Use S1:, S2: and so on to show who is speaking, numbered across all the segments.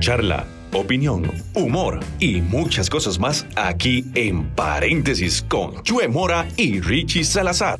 S1: charla, opinión, humor y muchas cosas más aquí en Paréntesis con Chue Mora y Richie Salazar.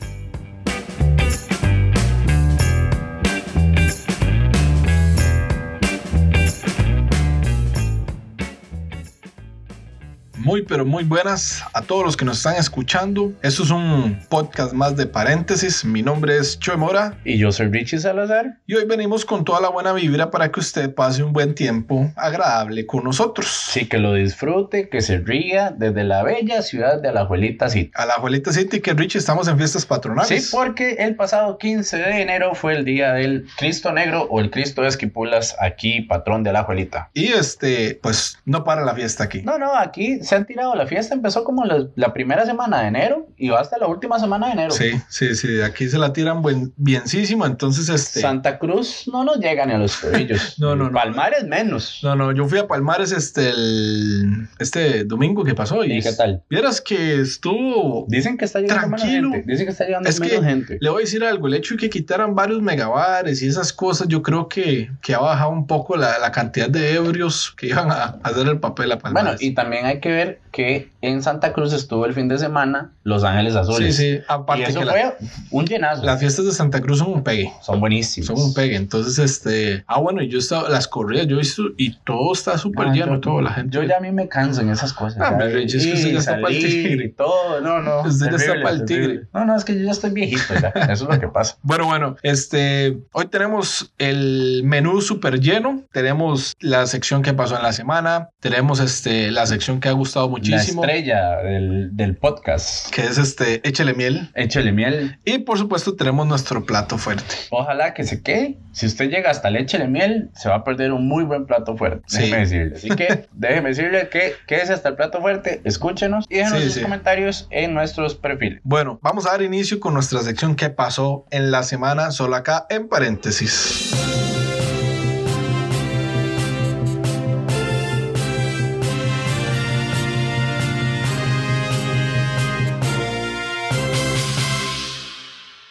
S2: Muy, pero muy buenas a todos los que nos están escuchando. Esto es un podcast más de paréntesis. Mi nombre es Choe Mora
S3: Y yo soy Richie Salazar.
S2: y hoy venimos con toda la buena vibra para que usted pase un buen tiempo agradable con nosotros.
S3: Sí, que lo disfrute, que se ría desde la bella ciudad de Alajuelita City.
S2: A la abuelita City que Richie estamos en fiestas
S3: Sí,
S2: patronales.
S3: porque el pasado 15 de enero fue el día del Cristo Negro o el Cristo de Esquipulas, aquí patrón de Alajuelita.
S2: Y este, pues no para la fiesta aquí.
S3: No, no, aquí se han tirado. La fiesta empezó como la, la primera semana de enero y va hasta la última semana de enero.
S2: Sí, sí, sí, aquí se la tiran buen, bienísimo, entonces este...
S3: Santa Cruz no nos llega ni a los tobillos.
S2: No, no, no.
S3: Palmares menos.
S2: No, no, yo fui a Palmares este, el- este domingo que pasó y,
S3: ¿Y qué tal?
S2: vieras que estuvo...
S3: Dicen que está llegando
S2: Tranquilo.
S3: menos gente. Dicen que está llegando
S2: Es que-
S3: menos gente.
S2: Le voy a decir algo, el hecho de que quitaran varios megabares y esas cosas, yo creo que, que ha bajado un poco la, la cantidad de ebrios que iban a, a hacer el papel a
S3: Bueno,
S2: Palmares.
S3: y también hay que ver que en Santa Cruz estuvo el fin de semana Los Ángeles
S2: sí,
S3: Azules.
S2: sí,
S3: y
S2: aparte
S3: eso
S2: que la-
S3: fue un llenazo.
S2: las fiestas de Santa Cruz son un pegue.
S3: Son buenísimos.
S2: Son un pegue, entonces este. Ah, bueno, y yo estaba. Las corridas, yo he visto. Y todo está súper
S3: Ah,
S2: lleno,
S3: yo-
S2: toda la gente.
S3: Yo ya a mí me canso en esas cosas.
S2: Ah,
S3: ya
S2: hombre,
S3: de
S2: Rich, es que
S3: ir,
S2: usted ya está pa'l
S3: salir
S2: tigre.
S3: Y todo, no, no.
S2: Usted ya está
S3: terrible,
S2: pa'l
S3: terrible.
S2: tigre.
S3: No, no, es que yo ya estoy viejito ya. Eso es lo que pasa.
S2: Bueno, bueno, este, hoy tenemos el menú súper lleno, tenemos la sección que pasó en la semana, tenemos este, la sección que ha gustado muchísimo,
S3: La estrella del, del podcast.
S2: que es este, échale miel,
S3: Échale miel.
S2: y por supuesto tenemos nuestro plato fuerte.
S3: Ojalá que se quede. Si usted llega hasta el échale miel, se va a perder un muy buen plato fuerte.
S2: Sí.
S3: Déjeme decirle. Así que déjeme decirle que quédese hasta el plato fuerte. Escúchenos y déjenos
S2: Sí,
S3: sus
S2: sí.
S3: comentarios en nuestros perfiles.
S2: Bueno, vamos a dar inicio con nuestra sección que pasó en la semana, solo acá en paréntesis.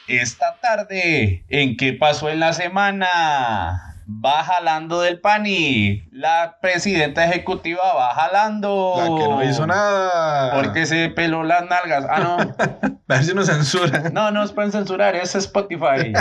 S3: Esta tarde, ¿en qué pasó en la semana? Va jalando del PANI. La presidenta ejecutiva va jalando.
S2: La que
S3: Oh.
S2: no hizo nada.
S3: Porque se peló las nalgas. Ah,
S2: A ver si nos
S3: no.
S2: censuran.
S3: No, no nos pueden censurar. Es Spotify.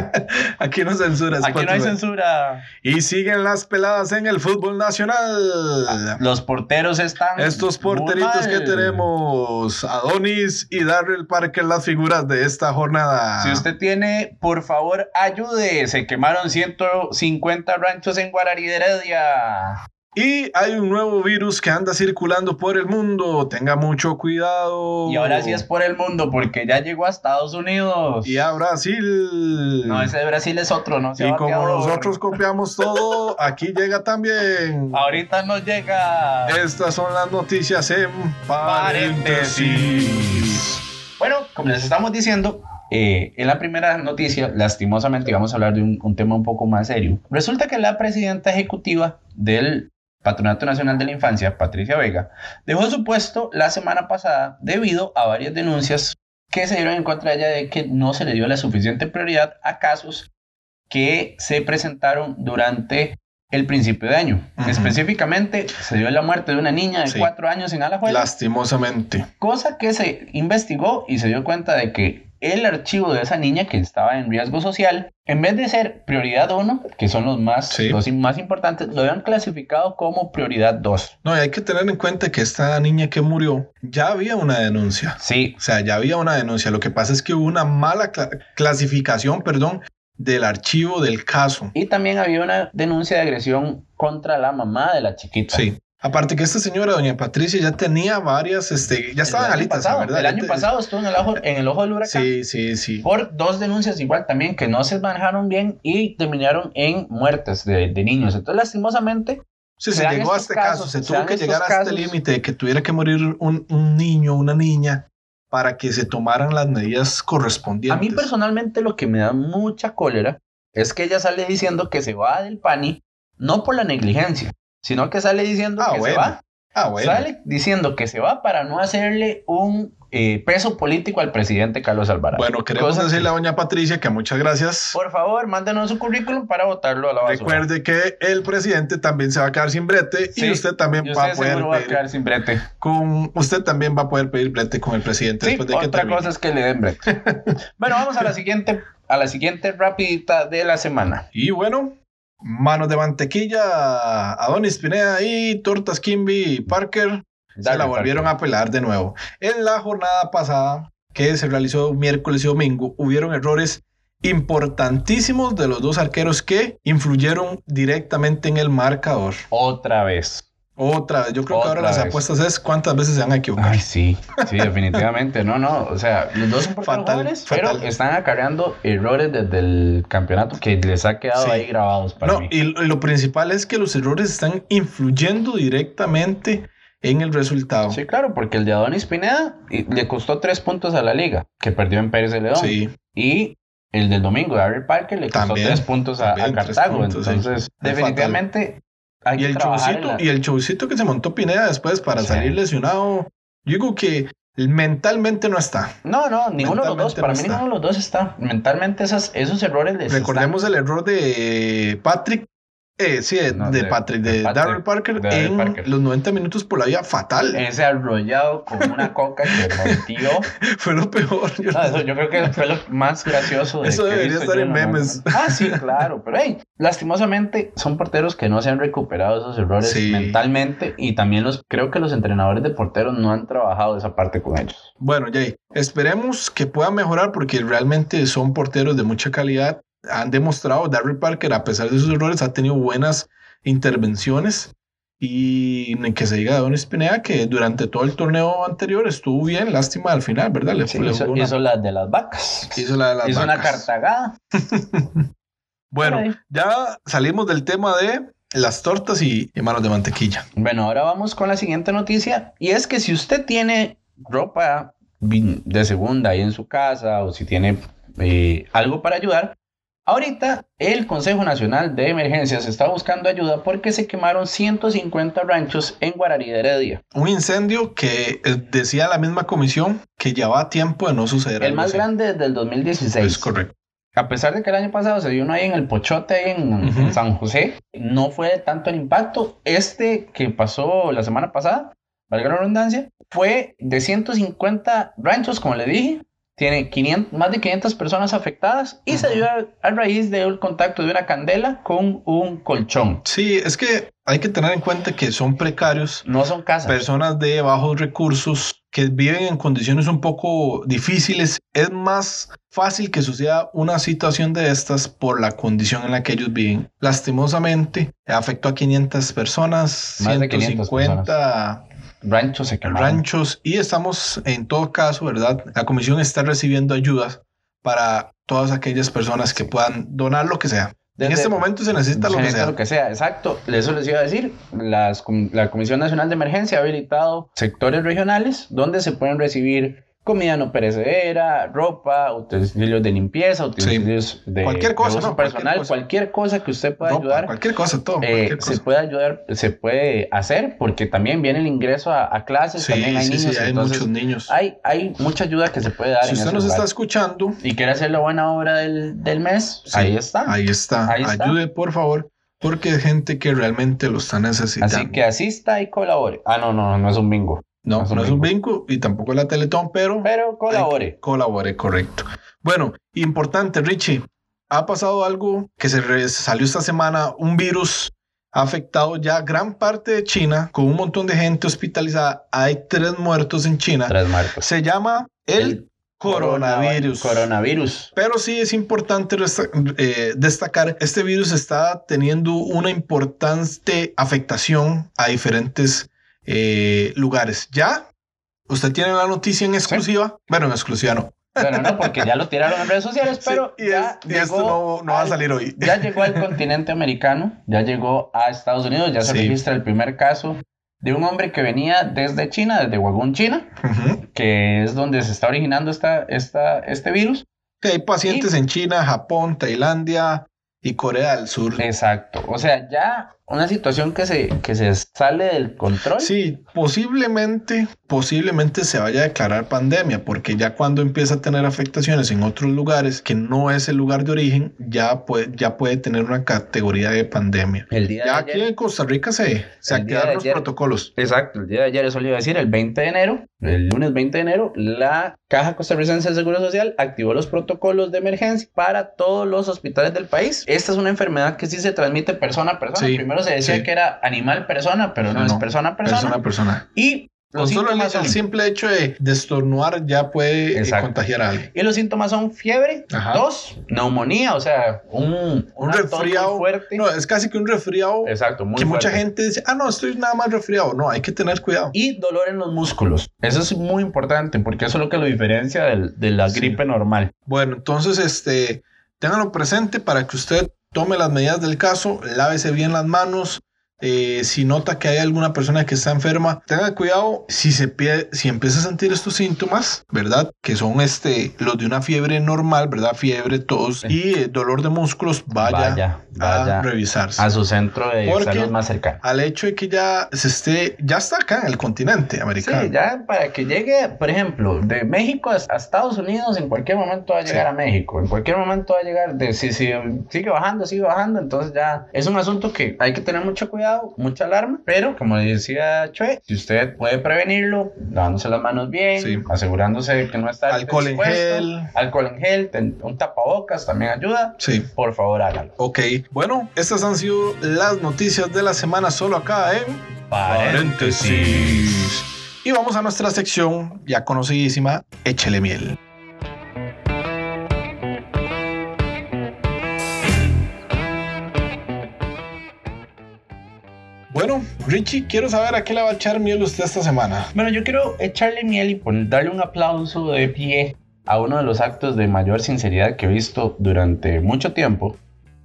S2: Aquí nos censuran.
S3: Aquí no hay
S2: Spotify.
S3: censura.
S2: Y siguen las peladas en el fútbol nacional.
S3: Los porteros están.
S2: Estos
S3: muy
S2: porteritos
S3: mal.
S2: que tenemos, Adonis y Darrell Parker, las figuras de esta jornada.
S3: Si usted tiene, por favor, ayude. Se quemaron 150 ranchos en Guarari de Heredia.
S2: Y hay un nuevo virus que anda circulando por el mundo. Tenga mucho cuidado.
S3: Y ahora sí es por el mundo, porque ya llegó a Estados Unidos.
S2: Y a Brasil.
S3: No, ese de Brasil es otro, ¿no? Sea
S2: y como
S3: bateador.
S2: nosotros copiamos todo, aquí llega también.
S3: Ahorita no llega.
S2: Estas son las noticias en paréntesis.
S3: Bueno, como les estamos diciendo, eh, en la primera noticia, lastimosamente, vamos a hablar de un, un tema un poco más serio. Resulta que la presidenta ejecutiva del Patronato Nacional de la Infancia, Patricia Vega, dejó su puesto la semana pasada debido a varias denuncias que se dieron en contra de ella de que no se le dio la suficiente prioridad a casos que se presentaron durante el principio de año.
S2: Ujú.
S3: Específicamente, se dio la muerte de una niña de
S2: Sí.
S3: cuatro años en Alajuela.
S2: Lastimosamente.
S3: Cosa que se investigó y se dio cuenta de que el archivo de esa niña que estaba en riesgo social, en vez de ser prioridad 1, que son los más,
S2: Sí.
S3: los más importantes, lo habían clasificado como prioridad 2.
S2: No, y hay que tener en cuenta que esta niña que murió ya había una denuncia.
S3: Sí,
S2: O sea, ya había una denuncia. Lo que pasa es que hubo una mala cla- clasificación, perdón, del archivo del caso.
S3: y también había una denuncia de agresión contra la mamá de la chiquita.
S2: Sí. Aparte que esta señora, doña Patricia, ya tenía varias, este, ya
S3: El
S2: estaban
S3: año
S2: alitas,
S3: pasado,
S2: ¿verdad?
S3: El
S2: Ya
S3: año
S2: te-
S3: pasado estuvo en el ojo, en el ojo del huracán.
S2: Sí, sí, sí.
S3: Por dos denuncias igual también que no se manejaron bien y terminaron en muertes de, de niños. Entonces, lastimosamente,
S2: Sí,
S3: se
S2: se
S3: dan
S2: llegó a
S3: estos
S2: este caso,
S3: casos,
S2: se
S3: se
S2: tuvo
S3: dan
S2: que
S3: estos
S2: llegar hasta el
S3: casos.
S2: límite de que tuviera que morir un, un niño, una niña, para que se tomaran las medidas
S3: A
S2: correspondientes.
S3: mí personalmente lo que me da mucha cólera es que ella sale diciendo que se va del PANI, no por la negligencia, sino que sale diciendo
S2: Ah,
S3: que
S2: bueno.
S3: se va
S2: Ah, bueno.
S3: Sale diciendo que se va para no hacerle un eh, peso político al presidente Carlos Alvarado.
S2: Bueno, queremos
S3: Cosa-
S2: decirle a doña Patricia que muchas gracias.
S3: Por favor, mándenos su currículum para votarlo a la basura.
S2: Recuerde que el presidente también se va a quedar sin brete
S3: Sí,
S2: y usted también
S3: Y
S2: va a
S3: usted
S2: poder
S3: seguro va a
S2: pedir
S3: quedar sin brete.
S2: con usted también va a poder pedir brete con el presidente
S3: Sí,
S2: después de que
S3: otra
S2: termine.
S3: cosa es que le den brete. bueno, vamos a la siguiente, a la siguiente rapidita de la semana.
S2: Y bueno, manos de mantequilla, Adonis Pineda y Tortas Kimby y Parker se la volvieron a pelar de nuevo. En la jornada pasada, que se realizó miércoles y domingo, hubieron errores importantísimos de los dos arqueros que influyeron directamente en el marcador.
S3: Otra vez.
S2: Otra vez, yo creo que
S3: Otra
S2: ahora las
S3: vez.
S2: apuestas es cuántas veces se van a equivocar.
S3: Ay, sí, sí, definitivamente. No, no, o sea, los dos son
S2: Fatal,
S3: jugadores, pero
S2: fatal.
S3: están acarreando errores desde el campeonato que les ha quedado
S2: Sí.
S3: ahí grabados para
S2: no,
S3: mí.
S2: y lo- lo principal es que los errores están influyendo directamente en el resultado.
S3: Sí, claro, porque el de Adonis Pineda y- le costó tres puntos a la liga, que perdió en Pérez de León.
S2: Sí.
S3: Y el del domingo de Harry Parker le costó
S2: También,
S3: tres puntos a, a
S2: también tres
S3: Cartago.
S2: puntos, sí.
S3: Entonces,
S2: Fue
S3: definitivamente hay
S2: Y
S3: que
S2: el,
S3: trabajar en
S2: showcito,
S3: la-
S2: y el showcito que se montó Pineda después para
S3: Sí.
S2: salir lesionado. Yo digo que mentalmente no está.
S3: No, no, ninguno de los dos.
S2: Mentalmente
S3: Para
S2: no
S3: mí
S2: está.
S3: ninguno de los dos está. Mentalmente esas, esos errores les
S2: Recordemos el error de Patrick. eh, sí, de,
S3: No,
S2: de
S3: de-
S2: Patrick, de,
S3: de Patrick,
S2: Darryl Parker
S3: de Darryl
S2: en
S3: Parker.
S2: los 90 minutos por la vía fatal.
S3: están- Ese arrollado con una coca que rompió.
S2: Fue lo peor. Yo-
S3: No, Ah, eso yo creo que fue lo más gracioso. de
S2: Eso
S3: que he
S2: debería
S3: visto
S2: estar
S3: yo
S2: en
S3: la mano.
S2: memes.
S3: Ah, sí, claro. Pero, hey, lastimosamente son porteros que no se han recuperado esos errores
S2: Sí.
S3: mentalmente. Y también los creo que los entrenadores de porteros no han trabajado esa parte con ellos.
S2: Bueno, Jay, esperemos que pueda mejorar porque realmente son porteros de mucha calidad. Han demostrado, Darryl Parker, a pesar de sus errores, ha tenido buenas intervenciones. Y que se diga de Adonis Pineda que durante todo el torneo anterior estuvo bien, lástima al final, ¿verdad? Le,
S3: Sí,
S2: le
S3: hizo,
S2: jugó pues, una-
S3: hizo la de las vacas.
S2: hizo la de las
S3: hizo una
S2: vacas.
S3: cartagada.
S2: Bueno,
S3: Ay.
S2: ya salimos del tema de las tortas y, y manos de mantequilla.
S3: Bueno, ahora vamos con la siguiente noticia. Y es que si usted tiene ropa vin- de segunda ahí en su casa o si tiene eh, algo para ayudar, ahorita el Consejo Nacional de Emergencias está buscando ayuda porque se quemaron 150 ranchos en Guararí de Heredia.
S2: Un incendio que eh, decía la misma comisión que llevaba tiempo de no suceder.
S3: El
S2: algo
S3: más
S2: así.
S3: grande desde el 2016.
S2: Es correcto.
S3: A pesar de que el año pasado se dio uno ahí en el Pochote, ahí en, en
S2: Ujú.
S3: San José, no fue de tanto el impacto. Este que pasó la semana pasada, valga la redundancia, fue de 150 ranchos, como le dije. Tiene 500, más de 500 personas afectadas y se
S2: Ujú.
S3: dio a, a raíz del contacto de una candela con un colchón.
S2: Sí, es que hay que tener en cuenta que son precarios,
S3: No son casas.
S2: personas de bajos recursos que viven en condiciones un poco difíciles. Es más fácil que suceda una situación de estas por la condición en la que ellos viven. Lastimosamente, afectó a 500 personas,
S3: Más de 500
S2: 150
S3: ranchos se quemaron.
S2: ranchos y estamos en todo caso, ¿verdad? La comisión está recibiendo ayudas para todas aquellas personas que puedan donar lo que sea. En
S3: Desde-
S2: este momento se necesita lo
S3: Se
S2: que
S3: necesita
S2: sea.
S3: lo que sea, exacto. Eso les iba a decir. Las com- la Comisión Nacional de Emergencia ha habilitado sectores regionales donde se pueden recibir comida no perecedera, ropa, utensilios de limpieza, utensilios de
S2: Cualquier cosa,
S3: de uso
S2: ¿no? Cualquier
S3: personal,
S2: cosa.
S3: cualquier cosa que usted pueda
S2: Ropa,
S3: ayudar.
S2: cualquier cosa, todo.
S3: eh,
S2: cualquier cosa.
S3: se puede ayudar, se puede hacer porque también viene el ingreso a, a clases,
S2: Sí,
S3: también hay
S2: sí,
S3: niños,
S2: sí, hay
S3: entonces
S2: muchos niños.
S3: hay, hay mucha ayuda que se puede dar.
S2: si
S3: en
S2: usted
S3: esos
S2: nos está
S3: lugares.
S2: escuchando,
S3: y quiere hacer la buena obra del, del mes,
S2: sí,
S3: ahí está.
S2: Ahí está.
S3: Ahí está.
S2: Ayude, por favor, porque hay gente que realmente lo está necesitando.
S3: Así que asista y colabore. Ah, no, no, no es un bingo.
S2: no,
S3: no es un
S2: no es un vinco y tampoco la Teletón, pero
S3: Pero colabore.
S2: colabore, correcto. Bueno, importante, Richie. Ha pasado algo que se re- salió esta semana, un virus ha afectado ya gran parte de China, con un montón de gente hospitalizada. Hay tres muertos en China.
S3: Tras marcos.
S2: Se llama el,
S3: El
S2: coronavirus.
S3: Coronavirus.
S2: Pero sí es importante resta- eh, destacar, este virus está teniendo una importante afectación a diferentes eh, lugares. ¿Ya? Usted tiene la noticia en exclusiva. Bueno, en exclusiva no.
S3: Bueno, no, porque ya lo tiraron en redes sociales, pero
S2: Sí, y
S3: ya
S2: es- y esto no, no va
S3: al-
S2: a salir hoy.
S3: Ya llegó al continente americano, ya llegó a Estados Unidos, ya se
S2: Sí.
S3: registra el primer caso de un hombre que venía desde China, desde Guagún, China,
S2: Ujú.
S3: que es donde se está originando esta, esta, este virus.
S2: Que Hay pacientes en China, Japón, Tailandia y Corea del Sur.
S3: Exacto. O sea, ya una situación que se, que se sale del control.
S2: Sí, posiblemente, posiblemente se vaya a declarar pandemia, porque ya cuando empieza a tener afectaciones en otros lugares que no es el lugar de origen, ya puede, ya puede tener una categoría de pandemia.
S3: El día
S2: ya
S3: de
S2: aquí
S3: ayer-
S2: en Costa Rica se, se
S3: El día de
S2: activaron los
S3: ayer.
S2: protocolos.
S3: Exacto, el día de ayer eso le iba a decir, el 20 de enero, el lunes 20 de enero, la Caja Costarricense de Seguro Social activó los protocolos de emergencia para todos los hospitales del país. Esta es una enfermedad que sí se transmite persona a persona.
S2: Sí,
S3: Primero se decía
S2: sí.
S3: que era animal-persona, pero no,
S2: No,
S3: es persona-persona.
S2: Persona a persona.
S3: Y
S2: Con
S3: los
S2: solo el,
S3: síntomas
S2: el
S3: son-
S2: simple hecho de destornudar ya puede eh,
S3: Exacto.
S2: contagiar a alguien.
S3: Y los síntomas son fiebre,
S2: Ajá.
S3: tos, neumonía, o sea, un,
S2: Un
S3: una tos muy
S2: resfriado.
S3: fuerte.
S2: No, es casi que un resfriado
S3: Exacto, muy
S2: que mucha
S3: fuerte.
S2: gente dice, ah, no, estoy nada más resfriado. No, hay que tener cuidado.
S3: Y dolor en los músculos. Eso es muy importante porque eso es lo que lo diferencia del- de la
S2: Sí.
S3: gripe normal.
S2: Bueno, entonces, este, ténganlo presente para que usted tome las medidas del caso, lávese bien las manos. eh, si nota que hay alguna persona que está enferma, tenga cuidado si, se pie- si empieza a sentir estos síntomas, ¿verdad? Que son este, los de una fiebre normal, ¿verdad? Fiebre, tos
S3: Sí.
S2: y eh, dolor de músculos, vaya,
S3: vaya, vaya
S2: a revisarse.
S3: a su centro de
S2: Porque-
S3: salud más cercano.
S2: Al hecho de que ya se esté, ya está acá en el continente
S3: Sí,
S2: americano.
S3: ya para que llegue, por ejemplo, de México a a Estados Unidos, en cualquier momento va a llegar
S2: Sí.
S3: a México, en cualquier momento va a llegar, de, si, si sigue bajando, sigue bajando, entonces ya es un asunto que hay que tener mucho cuidado, mucha alarma, pero como le decía Chue, si usted puede prevenirlo, lavándose las manos bien,
S2: Sí.
S3: asegurándose de que no está
S2: Alcohol en
S3: expuesto,
S2: gel.
S3: alcohol en gel, ten- un tapabocas también ayuda,
S2: Sí.
S3: por favor hágalo.
S2: Ok, bueno, estas han sido las noticias de la semana solo acá en Paréntesis. Y vamos a nuestra sección ya conocidísima, Échele miel. Bueno, Richie, quiero saber a qué le va a echar miel usted esta semana.
S3: Bueno, yo quiero echarle miel y pon- darle un aplauso de pie a uno de los actos de mayor sinceridad que he visto durante mucho tiempo.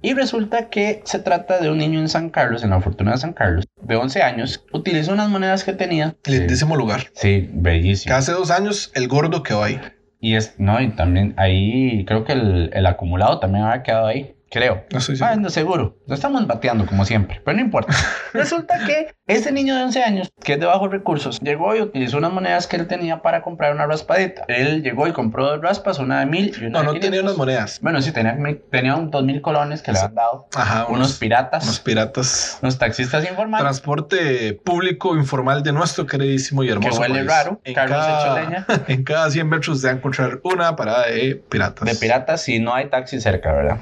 S3: Y resulta que se trata de un niño en San Carlos, en la fortuna de San Carlos, de 11 años. Utilizó unas monedas que tenía. Sí,
S2: Lindísimo lugar.
S3: sí,
S2: Que
S3: bellísimo.
S2: hace dos años el gordo quedó ahí.
S3: Y, es, no, y también ahí creo que el, el acumulado también había quedado ahí, creo.
S2: No estoy
S3: Ah,
S2: seguro.
S3: no, seguro. Lo estamos bateando como siempre, pero no importa. Resulta que este niño de 11 años, que es de bajos recursos, llegó y utilizó unas monedas que él tenía para comprar una raspadita. Él llegó y compró dos raspas, una de mil y una
S2: No,
S3: de
S2: no
S3: 500.
S2: tenía unas monedas.
S3: Bueno, sí, tenía, mil- tenía un, dos mil colones que le habían dado
S2: Ajá,
S3: unos
S2: unos,
S3: piratas,
S2: unos piratas.
S3: unos taxistas informales.
S2: Transporte público informal de nuestro queridísimo y
S3: Que
S2: hermoso
S3: huele
S2: país.
S3: raro.
S2: En
S3: Carlos
S2: cada-
S3: Echoleña,
S2: En cada 100 metros se va a encontrar una parada de piratas.
S3: de piratas si no hay taxi cerca, ¿verdad?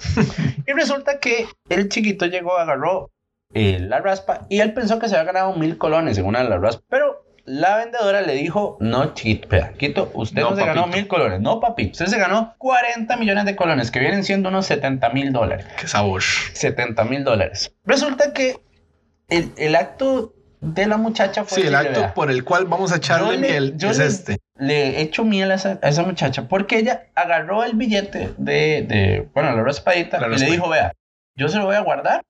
S3: y resulta que el chiquito llegó, agarró eh, la raspa y él pensó que se había ganado mil colones en una de las raspas, pero la vendedora le dijo, no, chiquito, vea, chiquito, usted
S2: No,
S3: no, se ganó
S2: papito.
S3: mil colones, no, papi, usted se ganó 40 millones de colones, que vienen siendo unos 70 mil dólares.
S2: Qué sabor.
S3: 70 mil dólares. Resulta que el, el acto de la muchacha fue...
S2: Sí, el
S3: decirle,
S2: acto
S3: "Vea,
S2: por el cual vamos a echarle
S3: Yo le-
S2: miel
S3: yo
S2: es
S3: le-
S2: este.
S3: le echo miel a esa, a esa muchacha porque ella agarró el billete de, de bueno, la raspadita
S2: La
S3: y le
S2: raspadita.
S3: dijo, vea, yo se lo voy a guardar.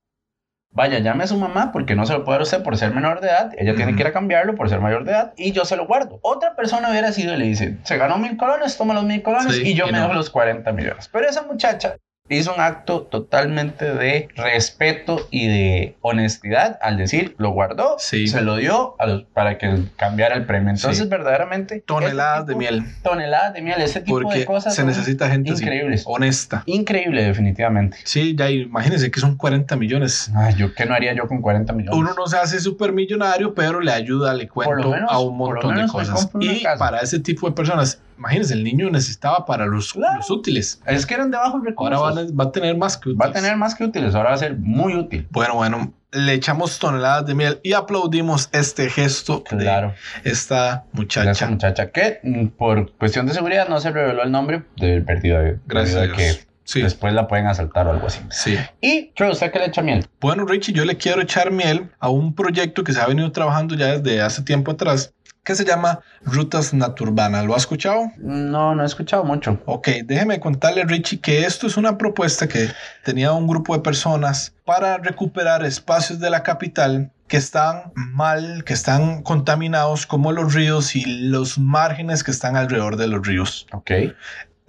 S3: Vaya, llame a su mamá porque no se lo puede dar usted por ser menor de edad. Ella tiene
S2: Ujú.
S3: que ir a cambiarlo por ser mayor de edad y yo se lo guardo. Otra persona hubiera sido y le dice, se ganó mil colones, toma los mil colones
S2: Sí,
S3: y yo
S2: y
S3: me
S2: no.
S3: dejo los 40 millones. Pero esa muchacha hizo un acto totalmente de respeto y de honestidad al decir, lo guardó,
S2: Sí.
S3: se lo dio a los- para que cambiara el premio. Entonces,
S2: Sí.
S3: verdaderamente...
S2: Toneladas
S3: este
S2: de
S3: tipo-
S2: miel.
S3: toneladas de miel, ese tipo
S2: Porque
S3: de cosas
S2: se
S3: son
S2: necesita gente así,
S3: increíbles.
S2: honesta.
S3: Increíble, definitivamente.
S2: Sí, ya imagínense que son 40 millones.
S3: Ay, yo qué no haría yo con 40 millones.
S2: Uno no se hace súper millonario, pero le ayuda, le
S3: lo
S2: cuento
S3: menos-
S2: a un
S3: por lo
S2: montón de
S3: menos me
S2: cosas.
S3: compro una
S2: Y
S3: casa.
S2: para ese tipo de personas, imagínense, el niño necesitaba para los,
S3: Claro.
S2: los útiles.
S3: Es que eran de bajos recursos.
S2: Ahora van a- va a tener más que útiles.
S3: Va a tener más que útiles, ahora va a ser muy útil.
S2: Bueno, bueno, le echamos toneladas de miel y aplaudimos este gesto
S3: Claro.
S2: de esta
S3: de esa
S2: muchacha.
S3: muchacha que mm, por cuestión de seguridad no se reveló el nombre del perdido. de-
S2: Gracias a
S3: debido a
S2: Dios.
S3: que
S2: Sí,
S3: después la pueden asaltar o algo así.
S2: sí.
S3: Y, True, ¿usted qué le echa miel?
S2: Bueno, Richie, yo le quiero echar miel a un proyecto que se ha venido trabajando ya desde hace tiempo atrás, que se llama Rutas Naturbanas. ¿Lo ha escuchado?
S3: No, no he escuchado mucho.
S2: Ok, déjeme contarle, Richie, que esto es una propuesta que tenía un grupo de personas para recuperar espacios de la capital que están mal, que están contaminados, como los ríos y los márgenes que están alrededor de los ríos.
S3: Ok.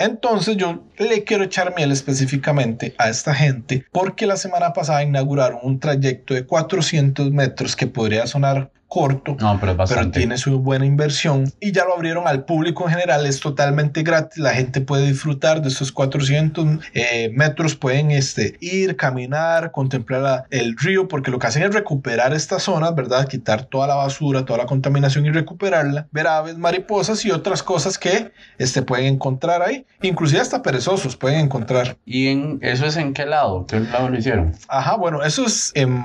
S2: Entonces yo le quiero echar miel específicamente a esta gente porque la semana pasada inauguraron un trayecto de 400 metros que podría sonar corto,
S3: No, pero
S2: pero
S3: es bastante.
S2: tiene su buena inversión y ya lo abrieron al público en general, es totalmente gratis, la gente puede disfrutar de esos 400 eh, metros, pueden este, ir, caminar, contemplar la- el río, porque lo que hacen es recuperar estas zonas, ¿verdad? Quitar toda la basura, toda la contaminación y recuperarla, ver aves, mariposas y otras cosas que este, pueden encontrar ahí, inclusive hasta perezosos pueden encontrar.
S3: ¿Y en, eso es en qué lado? ¿Qué lado lo hicieron?
S2: Ajá, bueno, eso es em,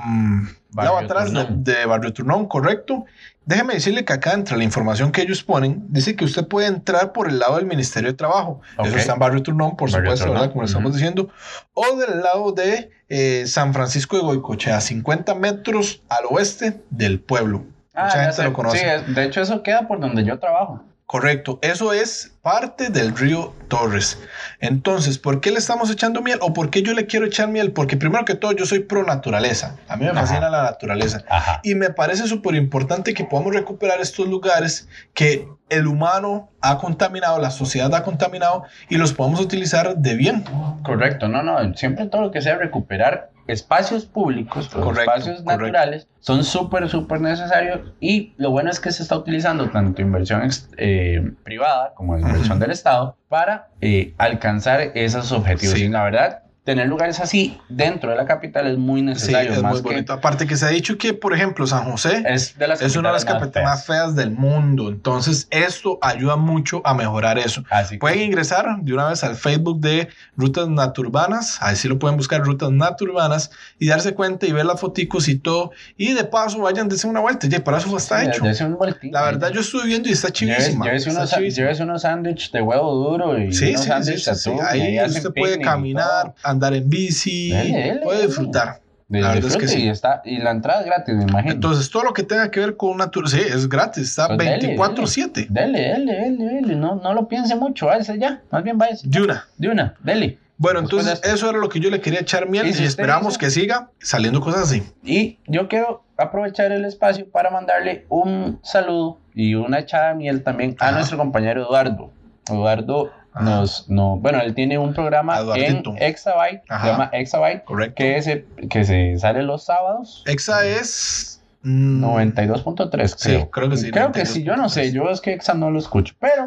S2: en
S3: Barrio
S2: atrás de,
S3: Turnón.
S2: de Barrio Turnón, correcto. Déjeme decirle que acá, entre la información que ellos ponen, dice que usted puede entrar por el lado del Ministerio de Trabajo. Eso
S3: Ok.
S2: está en Barrio Turnón, por
S3: Barrio
S2: supuesto,
S3: Turnón,
S2: ¿verdad? Como le estamos
S3: ujú.
S2: diciendo. O del lado de eh, San Francisco de Goicochea, 50 metros al oeste del pueblo. Mucha
S3: Ah, ya
S2: gente
S3: sé.
S2: lo conoce.
S3: Sí, es- de hecho eso queda por donde yo trabajo.
S2: Correcto, eso es parte del río Torres. Entonces, ¿por qué le estamos echando miel o por qué yo le quiero echar miel? Porque primero que todo, yo soy pro naturaleza. A mí me
S3: Ajá.
S2: fascina la naturaleza.
S3: Ajá.
S2: Y me parece súper importante que podamos recuperar estos lugares que el humano ha contaminado, la sociedad ha contaminado y los podamos utilizar de bien.
S3: Correcto, no, no, siempre todo lo que sea recuperar espacios públicos, los
S2: Correcto,
S3: espacios
S2: correcto.
S3: naturales, son súper, súper necesarios y lo bueno es que se está utilizando tanto inversión ex- eh, privada como inversión
S2: Ujú.
S3: del Estado para eh, alcanzar esos objetivos.
S2: Sí.
S3: Y la verdad, tener lugares así dentro de la capital es muy
S2: Sí,
S3: necesario.
S2: es
S3: más
S2: muy
S3: que-
S2: bonito. Aparte que se ha dicho que, por ejemplo, San José
S3: es de las
S2: es una de las
S3: capitales
S2: capitales más feas del mundo. Entonces, esto ayuda mucho a mejorar eso.
S3: feas. Así que-
S2: Pueden ingresar de una vez al Facebook de Rutas Naturbanas, ahí sí lo pueden buscar, Rutas Naturbanas, y darse cuenta y ver las foticos y todo. Y de paso, vayan, dense una vuelta, ya para eso está
S3: Sí,
S2: hecho.
S3: desde un voltín.
S2: La verdad, yo estuve viendo y está
S3: Lleves,
S2: chivísima.
S3: lleves
S2: está
S3: unos, sa-
S2: chivísima.
S3: lleves unos sándwiches de huevo duro y
S2: Sí,
S3: unos
S2: sí, sí,
S3: sándwiches
S2: sí,
S3: de
S2: sí.
S3: atún, y
S2: Ahí
S3: hacen
S2: usted puede
S3: picnic y
S2: caminar,
S3: todo.
S2: andar en bici,
S3: Dele, dele,
S2: puede
S3: dele.
S2: disfrutar.
S3: De-
S2: La verdad es que
S3: disfrute,
S2: sí.
S3: y, está, y la entrada es gratis, me imagino.
S2: Entonces, todo lo que tenga que ver con naturaleza, sí, es gratis, está
S3: Mm. Pues dele, dele.
S2: 24-7.
S3: dele, dele, dele, dele. No, no lo piense mucho, váyase ya. Más bien váyase.
S2: De una.
S3: De una, dele.
S2: Bueno,
S3: Después de
S2: entonces eso era lo que yo le quería echar miel
S3: ¿Y
S2: y,
S3: si usted
S2: esperamos
S3: hizo?
S2: que siga saliendo cosas así.
S3: Y yo quiero aprovechar el espacio para mandarle un saludo y una echada de miel también a
S2: Ajá.
S3: nuestro compañero Eduardo. Eduardo
S2: Ajá.
S3: nos, no, bueno, él tiene un programa
S2: Eduardito.
S3: en Exabyte,
S2: Ajá.
S3: se llama Exabyte,
S2: Correcto.
S3: que se, que se sale los sábados.
S2: Exa es. mm,
S3: 92.3,
S2: Sí,
S3: creo.
S2: creo que sí,
S3: Creo que sí, yo no sé, yo es que Exa no lo escucho. Pero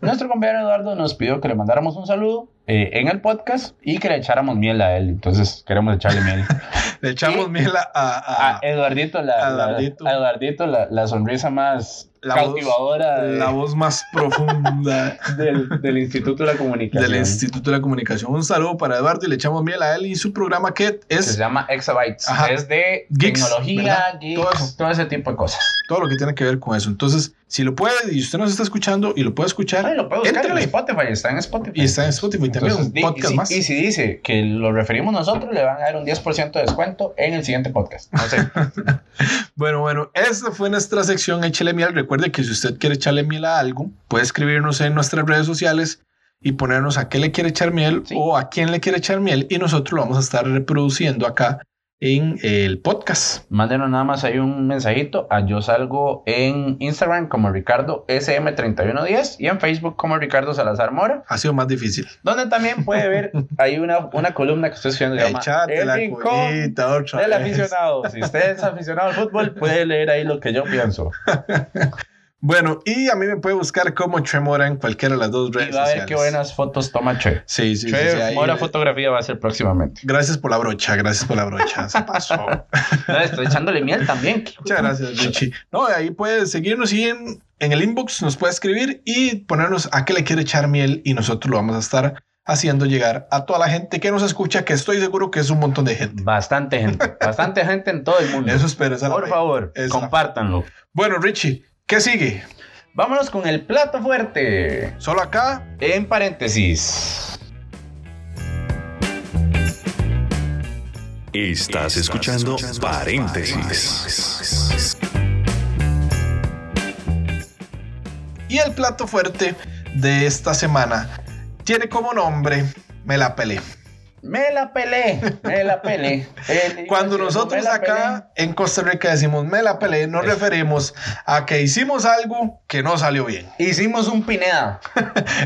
S3: nuestro compañero Eduardo nos pidió que le mandáramos un saludo eh, en el podcast y que le echáramos miel a él. Entonces queremos echarle miel.
S2: Le echamos
S3: ¿Sí?
S2: miel a, a-
S3: A
S2: a-
S3: Eduardito, la,
S2: a
S3: la-
S2: Eduardito.
S3: a Eduardito la, la sonrisa más
S2: La voz-
S3: cautivadora de-
S2: la voz más profunda
S3: del, del Instituto de la Comunicación.
S2: del Instituto de la Comunicación. Un saludo para Eduardo y le echamos miel a él y su programa que
S3: que
S2: es
S3: se llama Exabytes.
S2: Ajá.
S3: Es de
S2: Geeks,
S3: tecnología,
S2: ¿verdad?
S3: geeks,
S2: Todo
S3: todo,
S2: eso.
S3: ese tipo de cosas.
S2: todo lo que tiene que ver con eso. Entonces, si lo puede y usted nos está escuchando y lo puede escuchar,
S3: Ay, lo puedo buscar en
S2: éntrele.
S3: Spotify, está en Spotify.
S2: y está en Spotify también,
S3: Entonces,
S2: un
S3: di- y,
S2: podcast
S3: si,
S2: más.
S3: y si dice que lo referimos nosotros, le van a dar un 10% de descuento en el siguiente podcast. No sé.
S2: Bueno, bueno, esta fue nuestra sección Échale miel. Recuerde que si usted quiere echarle miel a algo, puede escribirnos en nuestras redes sociales y ponernos a qué le quiere echar miel
S3: Sí.
S2: o a quién le quiere echar miel y nosotros lo vamos a estar reproduciendo acá en el podcast.
S3: Mándenos nada más ahí un mensajito. A yo salgo en Instagram como Ricardo SM3110 y en Facebook como Ricardo Salazar Mora,
S2: Ha sido más difícil.
S3: donde también puede ver ahí una, una columna que estoy subiendo que se llama
S2: Echate
S3: El
S2: la
S3: Rincón
S2: cubita otra
S3: del
S2: vez.
S3: aficionado. Si usted es aficionado al fútbol, puede leer ahí lo que yo pienso.
S2: Bueno, y a mí me puede buscar como Chemora en cualquiera de las dos redes
S3: Y va a ver
S2: sociales.
S3: qué buenas fotos toma Che.
S2: Sí, sí, sí,
S3: che
S2: sí, ahí-
S3: Mora Fotografía va a ser próximamente.
S2: Gracias por la brocha, gracias por la brocha. Se pasó.
S3: No, estoy echándole miel también.
S2: Muchas gracias, Richie. No, ahí puedes seguirnos y en, en el inbox nos puede escribir y ponernos a qué le quiere echar miel y nosotros lo vamos a estar haciendo llegar a toda la gente que nos escucha, que estoy seguro que es un montón de gente.
S3: Bastante gente, bastante gente en todo el mundo.
S2: Eso espero. esa es la
S3: Por
S2: fe.
S3: favor,
S2: Esa es la fe.
S3: compártanlo.
S2: Bueno, Richie, ¿qué sigue?
S3: Vámonos con el plato fuerte.
S2: Solo acá
S3: En paréntesis.
S1: Estás escuchando Paréntesis.
S2: Y el plato fuerte de esta semana tiene como nombre Me la pelé.
S3: Me la pelé, me la pelé. Él-
S2: Cuando
S3: yo,
S2: nosotros
S3: me la
S2: acá en Costa Rica decimos me la peleé, nos
S3: Eso.
S2: referimos a que hicimos algo que no salió bien.
S3: pelé. Hicimos un Pineda.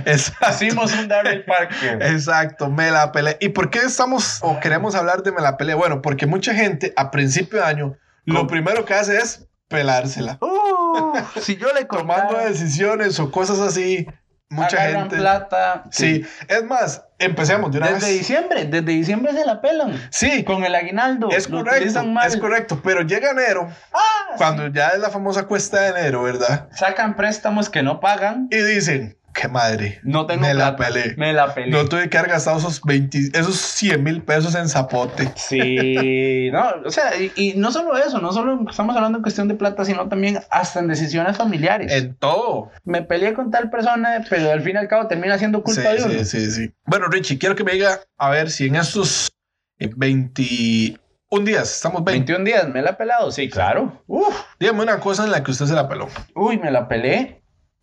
S2: Exacto.
S3: Hicimos un Darryl Parker.
S2: Exacto, me la peleé. ¿Y por qué estamos o queremos hablar de me la peleé? Bueno, porque mucha gente a principio de año lo
S3: Con-
S2: primero que hace es pelársela.
S3: Uh, si yo le
S2: Tomando
S3: contara,
S2: decisiones o cosas así, mucha
S3: agarran
S2: gente.
S3: plata.
S2: Sí, es más, empecemos de una
S3: Desde
S2: vez.
S3: diciembre, desde diciembre se la pelan.
S2: Sí,
S3: Con el aguinaldo.
S2: es
S3: lo
S2: correcto,
S3: utilizan mal.
S2: es correcto, pero llega enero,
S3: Ah,
S2: cuando
S3: sí.
S2: ya es la famosa cuesta de enero, ¿verdad?
S3: sacan préstamos que no pagan,
S2: Y dicen, qué madre,
S3: no tengo
S2: me la
S3: plata.
S2: pelé.
S3: Me la pelé.
S2: No tuve que haber gastado esos, 20, esos 100 mil pesos en zapote.
S3: Sí, no, o sea, y, y no solo eso, no solo estamos hablando en cuestión de plata, sino también hasta en decisiones familiares.
S2: En todo.
S3: Me peleé con tal persona, pero al fin y al cabo termina siendo
S2: Sí,
S3: culpa de uno.
S2: sí, sí, sí. Bueno, Richie, quiero que me diga, a ver si en estos eh, 21 días, estamos 20.
S3: 21 días, ¿me la he pelado? Sí, claro.
S2: Uf, dígame una cosa en la que usted se la peló.
S3: Uy, me la pelé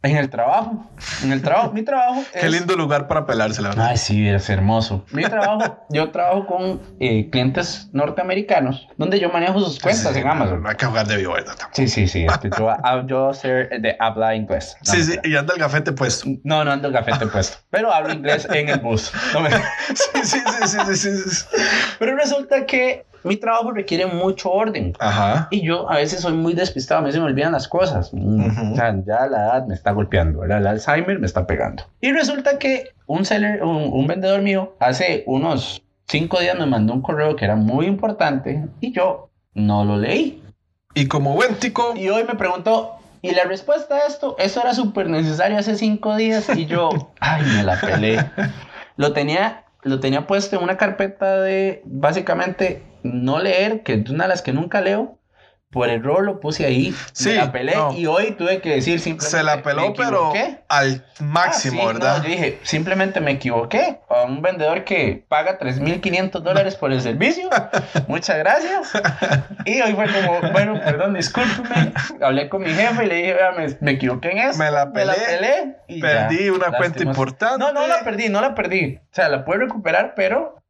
S3: en el trabajo. En el trabajo, mi trabajo es...
S2: Qué lindo lugar para pelársela. ¿verdad?
S3: Ay, sí, es hermoso. Mi trabajo, yo trabajo con eh, clientes norteamericanos, donde yo manejo sus cuentas
S2: Sí,
S3: en Amazon.
S2: No hay que jugar de vivo, ¿verdad?
S3: Sí, sí, sí. este, yo, ah, yo sé de habla inglés. No,
S2: Sí, sí,
S3: mentira.
S2: y anda el gafete puesto.
S3: No, no ando cafete puesto, pero hablo inglés en el bus. No me-
S2: Sí, sí, sí, sí, sí, sí, sí.
S3: Pero resulta que mi trabajo requiere mucho orden.
S2: Ajá.
S3: Y yo a veces soy muy despistado, a mí se me olvidan las cosas. Mm,
S2: Ujú.
S3: O sea, ya la edad me está golpeando, ¿verdad? el Alzheimer me está pegando. Y resulta que un seller, un, un vendedor mío, hace unos cinco días me mandó un correo que era muy importante y yo no lo leí.
S2: Y como buen tico,
S3: Y hoy me preguntó, ¿y la respuesta a esto? Eso era súper necesario hace cinco días y yo, ay, me la pelé. Lo tenía, lo tenía puesto en una carpeta de básicamente no leer, que es una de las que nunca leo. Por error lo puse ahí,
S2: Sí,
S3: me la pelé
S2: no.
S3: y hoy tuve que decir simplemente.
S2: se la
S3: me
S2: peló, pero
S3: equivoqué.
S2: al
S3: Ah,
S2: máximo,
S3: sí,
S2: ¿verdad?
S3: no, yo dije, simplemente me equivoqué. A un vendedor que paga 3.500 dólares por el servicio. Muchas gracias. Y hoy fue como, bueno, perdón, discúlpeme. Hablé con mi jefe y le dije, vea, me, me equivoqué en eso.
S2: Me la pelé,
S3: y
S2: Perdí
S3: ya.
S2: una cuenta
S3: Lástimos-
S2: importante.
S3: No, no la perdí, no la perdí. O sea, la pude recuperar, pero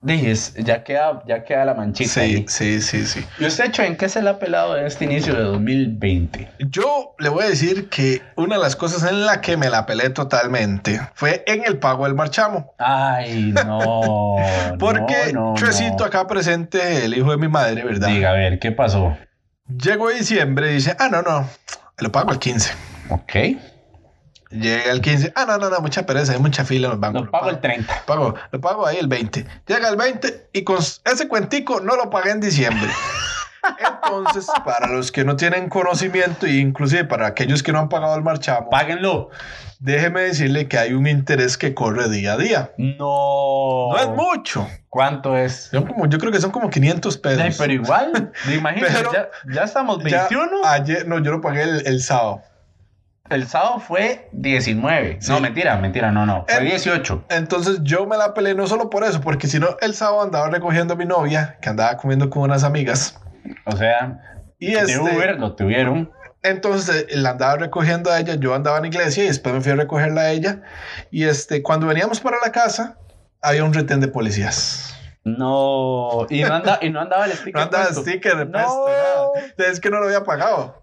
S3: dije, es- ya queda, ya queda la manchita.
S2: Sí,
S3: ahí.
S2: sí, sí, sí.
S3: ¿Y usted, Cho, en qué se la ha pelado en este inicio de 2020?
S2: Yo le voy a decir que una de las cosas en la que me la pelé totalmente fue en el pago del marchamo.
S3: Ay, no.
S2: Porque
S3: no, no,
S2: Chuecito
S3: no.
S2: acá presente, el hijo de mi madre, ¿verdad?
S3: Diga, a ver, ¿qué pasó?
S2: Llegó diciembre y dice, ah, no, no, lo pago el 15.
S3: Ok.
S2: Llega el 15, ah, no, no, no, mucha pereza, hay mucha fila en los bancos.
S3: Lo pago el 30.
S2: pago, lo pago ahí el 20. Llega el 20 y con ese cuentico no lo pagué en diciembre. Entonces, para los que no tienen conocimiento e inclusive para aquellos que no han pagado el marchamo,
S3: Páguenlo.
S2: déjeme decirle que hay un interés que corre día a día.
S3: No.
S2: No es mucho.
S3: ¿Cuánto es?
S2: Son como, yo creo que son como 500 pesos.
S3: Ay, pero igual, imagínate,
S2: Pero-
S3: ya, ya estamos
S2: Ya
S3: 21.
S2: ayer, no, yo lo pagué el, el sábado.
S3: El sábado fue 19.
S2: Sí.
S3: No, mentira, mentira, no, no. Fue
S2: El-
S3: 18.
S2: Entonces yo me la peleé no solo por eso, porque si no, el sábado andaba recogiendo a mi novia, que andaba comiendo con unas amigas.
S3: O sea,
S2: Y
S3: de
S2: este,
S3: Uber lo tuvieron.
S2: Entonces eh, la andaba recogiendo a ella, yo andaba en la iglesia y después me fui a recogerla a ella. Y este, cuando veníamos para la casa, había un retén de policías.
S3: No. Y no, anda, y no andaba el sticker.
S2: No andaba
S3: puesto.
S2: sticker de
S3: No.
S2: peste, nada. Es que no lo había pagado.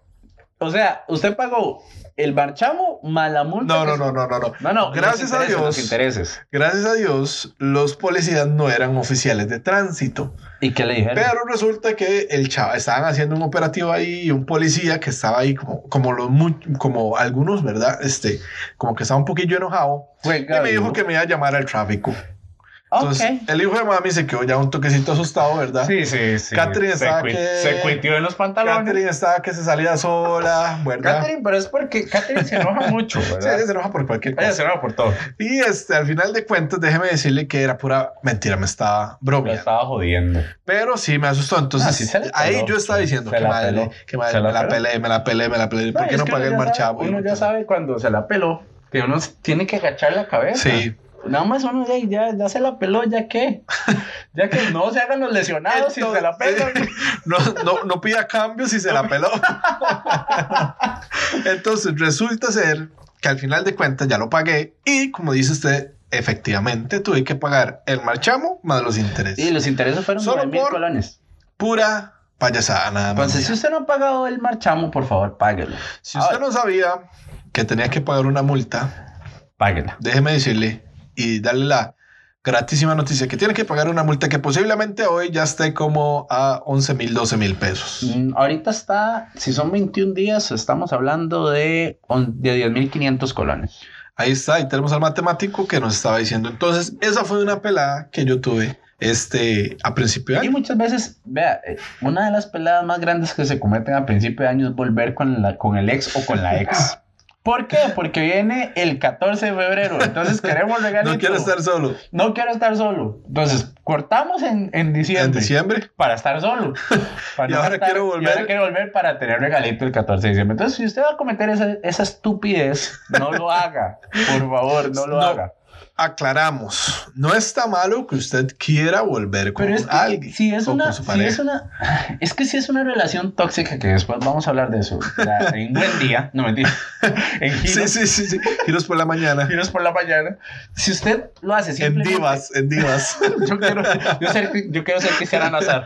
S3: O sea, usted pagó el barchamo más la multa.
S2: No,
S3: que
S2: no,
S3: es-
S2: no, no, no, no.
S3: No, no,
S2: Gracias
S3: los
S2: a
S3: intereses,
S2: Dios.
S3: Los intereses.
S2: Gracias a Dios, los policías no eran oficiales de tránsito.
S3: ¿Y qué le dijeron?
S2: Pero resulta que el chavo estaban haciendo un operativo ahí y un policía que estaba ahí como, como los mu- como algunos, ¿verdad? Este, como que estaba un poquillo enojado.
S3: Fue
S2: Y me dijo
S3: Gabriel.
S2: que me iba a llamar al tráfico.
S3: Ok.
S2: Entonces, el hijo de mami se quedó ya un toquecito asustado, ¿verdad?
S3: Sí, sí, sí.
S2: Catherine
S3: se,
S2: estaba
S3: cui-
S2: que-
S3: se cuiteó en los pantalones.
S2: Catherine estaba que se salía sola, ¿verdad?
S3: Catherine, pero es porque Catherine se enoja mucho,
S2: Sí,
S3: ¿verdad?
S2: ella se enoja por cualquier cosa.
S3: Ella se enoja por todo.
S2: Y este, al final de cuentas, déjeme decirle que era pura mentira, me estaba
S3: Lo
S2: bromeando.
S3: estaba jodiendo.
S2: Pero sí me asustó. Entonces,
S3: Ah, sí se la peló.
S2: ahí yo estaba diciendo
S3: Se
S2: que
S3: la
S2: madre,
S3: peló.
S2: que madre,
S3: Se la
S2: me la
S3: peló.
S2: pelé, me la pelé, me la pelé. ¿Por qué
S3: es
S2: no
S3: que
S2: pagué el
S3: uno ya sabe-
S2: marchamo?
S3: Uno ya sabe cuando se la peló que uno tiene que agachar la cabeza.
S2: Sí.
S3: Nada más uno ya, ya, ya se la peló, ya que. Ya que no se hagan los lesionados si se la pelan.
S2: No, no, no pida cambios si se la peló. Entonces, resulta ser que al final de cuentas ya lo pagué y, como dice usted, efectivamente tuve que pagar el marchamo más los intereses.
S3: Y los intereses fueron
S2: Solo
S3: 9 mil
S2: por-
S3: colones.
S2: Pura payasada nada más.
S3: Entonces, si usted no ha pagado el marchamo, por favor, páguelo.
S2: si usted
S3: ahora-
S2: no sabía que tenía que pagar una multa,
S3: Páguela.
S2: déjeme decirle y darle la gratísima noticia que tiene que pagar una multa que posiblemente hoy ya esté como a 11 mil, 12 mil pesos.
S3: Mm, Ahorita está, si son 21 días, estamos hablando de, on- de 10.500 colones.
S2: Ahí está, y tenemos al matemático que nos estaba diciendo. Entonces, esa fue una pelada que yo tuve este, a principio de
S3: Y
S2: año.
S3: muchas veces, vea, eh, una de las peladas más grandes que se cometen a principio de año es volver con, la, con el ex o con la ex. ¿Por qué? Porque viene el 14 de febrero, entonces queremos regalitos.
S2: No quiero estar solo.
S3: No quiero estar solo. Entonces, cortamos en, en diciembre.
S2: En diciembre.
S3: Para estar solo. Para
S2: Y ahora
S3: gastar-
S2: quiero
S3: y
S2: volver.
S3: ahora quiero volver para tener regalito el 14 de diciembre. Entonces, si usted va a cometer esa, esa estupidez, no lo haga. Por favor, no lo
S2: No.
S3: haga.
S2: aclaramos, no está malo que usted quiera volver con
S3: Pero es que
S2: alguien.
S3: si es
S2: o
S3: una,
S2: con su
S3: si
S2: pareja.
S3: es una, es que si es una relación tóxica que después vamos a hablar de eso. o sea, en buen día, no mentira. En
S2: Sí,
S3: giros,
S2: sí, sí, sí. Giros por la mañana.
S3: giros por la mañana. Si usted lo hace
S2: En
S3: simplemente.
S2: divas, en divas.
S3: Yo quiero, yo, ser, yo quiero ser Cristiana Nazar.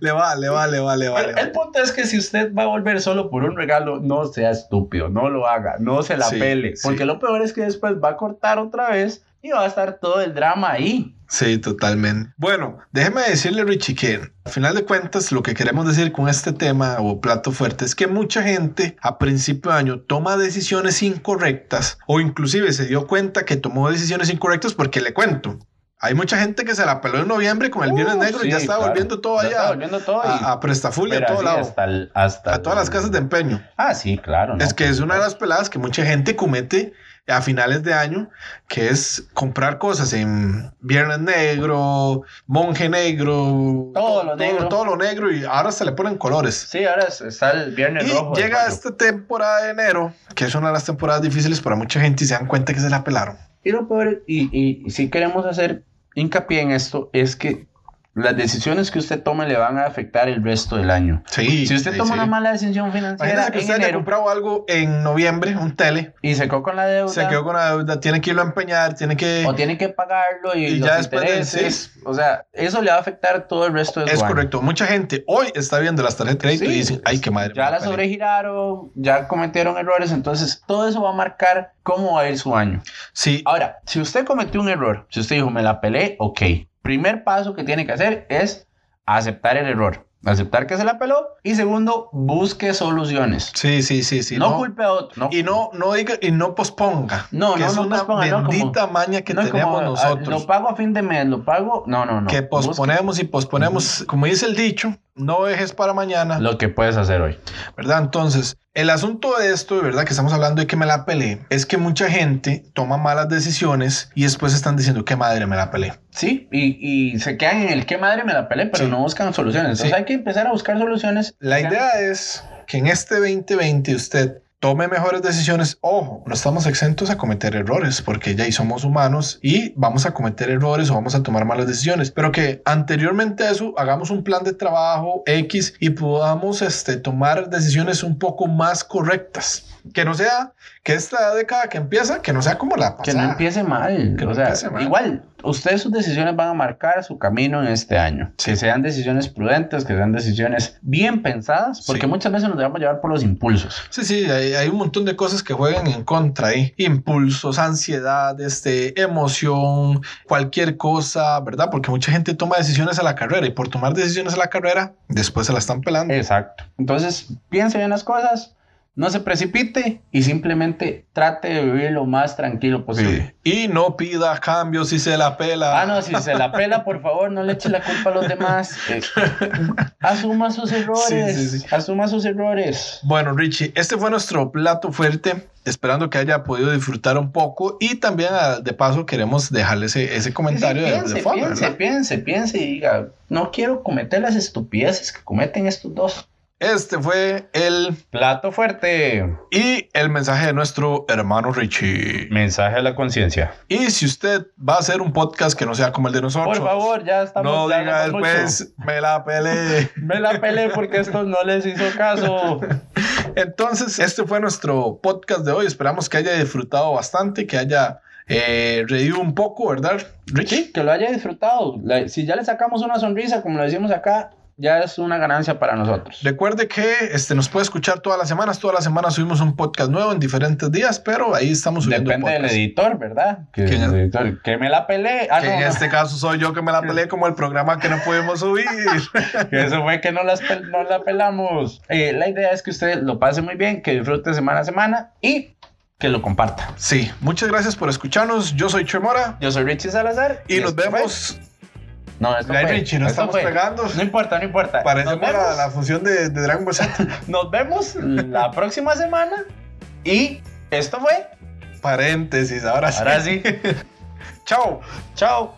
S2: le vale, vale, vale, vale.
S3: El punto es que si usted va a volver solo por un regalo, no sea estúpido, no lo haga, no se la
S2: Sí,
S3: pele.
S2: sí.
S3: Porque lo peor es que después va a cortar otra vez y va a estar todo el drama ahí.
S2: Sí, totalmente. Bueno, déjeme decirle, Richie, que al final de cuentas, lo que queremos decir con este tema o plato fuerte es que mucha gente a principio de año toma decisiones incorrectas o inclusive se dio cuenta que tomó decisiones incorrectas porque le cuento. Hay mucha gente que se la peló en noviembre con el viernes
S3: Uh,
S2: negro y
S3: sí,
S2: ya está
S3: claro.
S2: volviendo todo
S3: Ya está
S2: allá
S3: volviendo todo y-
S2: a, a prestafulia,
S3: pero
S2: a todo
S3: así
S2: lado.
S3: hasta el- hasta
S2: a todas las
S3: el-
S2: casas de empeño.
S3: Ah, sí, claro. ¿no?
S2: es que es una de
S3: Por
S2: las peladas que mucha gente comete a finales de año, que es comprar cosas en Viernes Negro, Monje Negro,
S3: Todo lo negro.
S2: todo lo negro y ahora se le ponen colores.
S3: Sí, ahora es- está el viernes
S2: Y
S3: rojo. de
S2: llega
S3: mayo.
S2: esta temporada de enero, que es una de las temporadas difíciles para mucha gente y se dan cuenta que se la pelaron.
S3: Y lo peor, y, y, y si queremos hacer hincapié en esto, es que las decisiones que usted tome le van a afectar el resto del año.
S2: Sí,
S3: Si usted
S2: sí, sí.
S3: toma una mala decisión financiera
S2: Imagínese que
S3: en
S2: usted haya
S3: enero
S2: comprado algo en noviembre, un tele,
S3: y se quedó con la deuda,
S2: se quedó con la deuda, tiene que irlo a empeñar, tiene que...
S3: o tiene que pagarlo y,
S2: Y
S3: los
S2: ya después de-
S3: intereses, o sea, eso le va a afectar todo el resto del
S2: Es
S3: año.
S2: correcto. Mucha gente hoy está viendo las tarjetas de crédito
S3: Sí.
S2: y dicen, ay, qué madre.
S3: Ya
S2: me
S3: la
S2: parió".
S3: sobregiraron, ya cometieron errores, entonces todo eso va a marcar cómo va a ir su año.
S2: Sí,
S3: Ahora, si usted cometió un error, si usted dijo, me la pelé, ok. Primer paso que tiene que hacer es aceptar el error. Aceptar que se la peló. Y segundo, busque soluciones.
S2: sí, sí, sí, sí.
S3: no,
S2: no.
S3: culpe a otro.
S2: y no, no diga, y no posponga.
S3: No,
S2: que
S3: no,
S2: es
S3: no
S2: una
S3: posponga, no, como-
S2: bendita maña que
S3: no es como,
S2: tenemos
S3: ah,
S2: nosotros.
S3: Lo pago a fin de mes, lo pago. No, no, no.
S2: que
S3: Busque
S2: posponemos y posponemos, como dice el dicho, no dejes para mañana,
S3: Lo que puedes hacer hoy.
S2: ¿verdad? Entonces, el asunto de esto, de verdad, que estamos hablando de que me la pelé, es que mucha gente toma malas decisiones y después están diciendo, qué madre me la pelé.
S3: Sí, y, y se quedan en el qué madre me la pelé, pero
S2: Sí.
S3: no buscan soluciones. Entonces
S2: Sí.
S3: hay que empezar a buscar soluciones.
S2: La
S3: Sean-
S2: idea es que en este 2020 usted tome mejores decisiones. Ojo, no estamos exentos a cometer errores porque ya ahí somos humanos y vamos a cometer errores o vamos a tomar malas decisiones. Pero que anteriormente a eso hagamos un plan de trabajo X y podamos este, tomar decisiones un poco más correctas. Que no sea que esta década que empieza, que no sea como la
S3: Que
S2: pasada.
S3: no empiece mal.
S2: que no
S3: o sea,
S2: empiece mal.
S3: igual, ustedes sus decisiones van a marcar su camino en este año.
S2: Sí.
S3: Que sean decisiones prudentes, que sean decisiones bien pensadas, porque
S2: Sí.
S3: muchas veces nos dejamos llevar por los impulsos.
S2: Sí, sí, hay, hay un montón de cosas que juegan en contra ahí. Impulsos, ansiedad, este, emoción, cualquier cosa, ¿verdad? Porque mucha gente toma decisiones a la carrera y por tomar decisiones a la carrera, después se la están pelando.
S3: Exacto. Entonces, piense bien las cosas, no se precipite y simplemente trate de vivir lo más tranquilo posible.
S2: Sí. Y no pida cambios si se la pela.
S3: Ah, no, si se la pela, por favor, no le eche la culpa a los demás. Eh, asuma sus errores.
S2: Sí, sí, sí.
S3: Asuma sus errores.
S2: Bueno, Richie, este fue nuestro plato fuerte. Esperando que haya podido disfrutar un poco y también ah, de paso queremos dejarle ese, ese comentario
S3: Sí,
S2: de-
S3: piense,
S2: de, fondo,
S3: piense,
S2: ¿verdad?
S3: piense, piense y diga, no quiero cometer las estupideces que cometen estos dos.
S2: Este fue el
S3: Plato fuerte.
S2: y el mensaje de nuestro hermano Richie.
S3: Mensaje a la conciencia.
S2: Y si usted va a hacer un podcast que no sea como el de nosotros,
S3: Por favor, ya estamos.
S2: no
S3: ya
S2: diga
S3: hablamos
S2: después, me la pelé.
S3: mucho. Me la pelé porque estos no les hizo caso.
S2: Entonces, este fue nuestro podcast de hoy. Esperamos que haya disfrutado bastante, que haya eh, reído un poco, ¿verdad, Rich?
S3: Sí, que lo haya disfrutado. La- si ya le sacamos una sonrisa, como lo decimos acá, ya es una ganancia para nosotros.
S2: Recuerde que este, nos puede escuchar todas las semanas. Todas las semanas subimos un podcast nuevo en diferentes días, pero ahí estamos subiendo
S3: Depende del
S2: podcast.
S3: editor, ¿verdad? Que,
S2: ¿Quién es?
S3: el editor, que me la peleé. Ah,
S2: que
S3: no,
S2: en
S3: no.
S2: este caso soy yo que me la peleé como el programa que no pudimos subir.
S3: Que Eso fue que no, las pel- no la pelamos. Eh, la idea es que usted lo pase muy bien, que disfrute semana a semana y que lo comparta.
S2: Sí, muchas gracias por escucharnos. Yo soy Chemora
S3: Yo soy Richie Salazar.
S2: y nos
S3: esto
S2: vemos.
S3: fue- No, esto
S2: Ay,
S3: fue-
S2: Richie, nos
S3: esto
S2: estamos
S3: fue.
S2: pegando.
S3: No importa, no importa. Nos
S2: Parecemos la,
S3: vemos,
S2: la función de, de Dragon Ball Z.
S3: nos vemos la próxima semana y esto fue.
S2: Paréntesis, ahora sí.
S3: Ahora sí.
S2: Chao.
S3: Chao.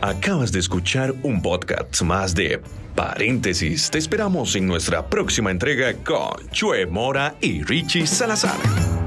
S1: Acabas de escuchar un podcast más de Paréntesis. Te esperamos en nuestra próxima entrega con Chue Mora y Richie Salazar.